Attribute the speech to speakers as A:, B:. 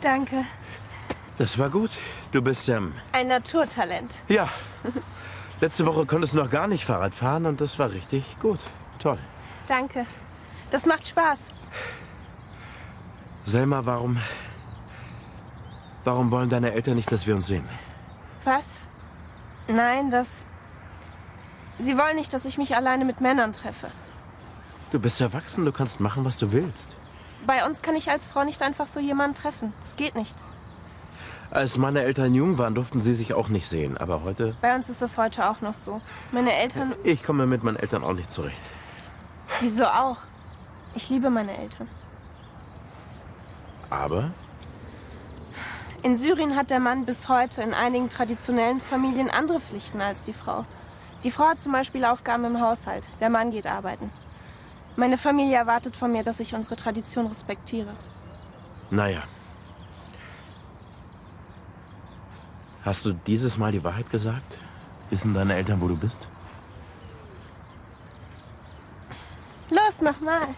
A: Danke.
B: Das war gut. Du bist ähm,
A: Ein Naturtalent.
B: ja. Letzte Woche konntest du noch gar nicht Fahrrad fahren und das war richtig gut. Toll.
A: Danke. Das macht Spaß.
B: Selma, warum. Warum wollen deine Eltern nicht, dass wir uns sehen?
A: Was? Nein, das. Sie wollen nicht, dass ich mich alleine mit Männern treffe.
B: Du bist erwachsen, du kannst machen, was du willst.
A: Bei uns kann ich als Frau nicht einfach so jemanden treffen. Das geht nicht.
B: Als meine Eltern jung waren, durften sie sich auch nicht sehen. Aber heute.
A: Bei uns ist das heute auch noch so. Meine Eltern.
B: Ich komme mit meinen Eltern auch nicht zurecht.
A: Wieso auch? Ich liebe meine Eltern.
B: Aber
A: In Syrien hat der Mann bis heute in einigen traditionellen Familien andere Pflichten als die Frau. Die Frau hat zum Beispiel Aufgaben im Haushalt, der Mann geht arbeiten. Meine Familie erwartet von mir, dass ich unsere Tradition respektiere.
B: Naja. Hast du dieses Mal die Wahrheit gesagt? Wissen deine Eltern, wo du bist?
A: Los, nochmal.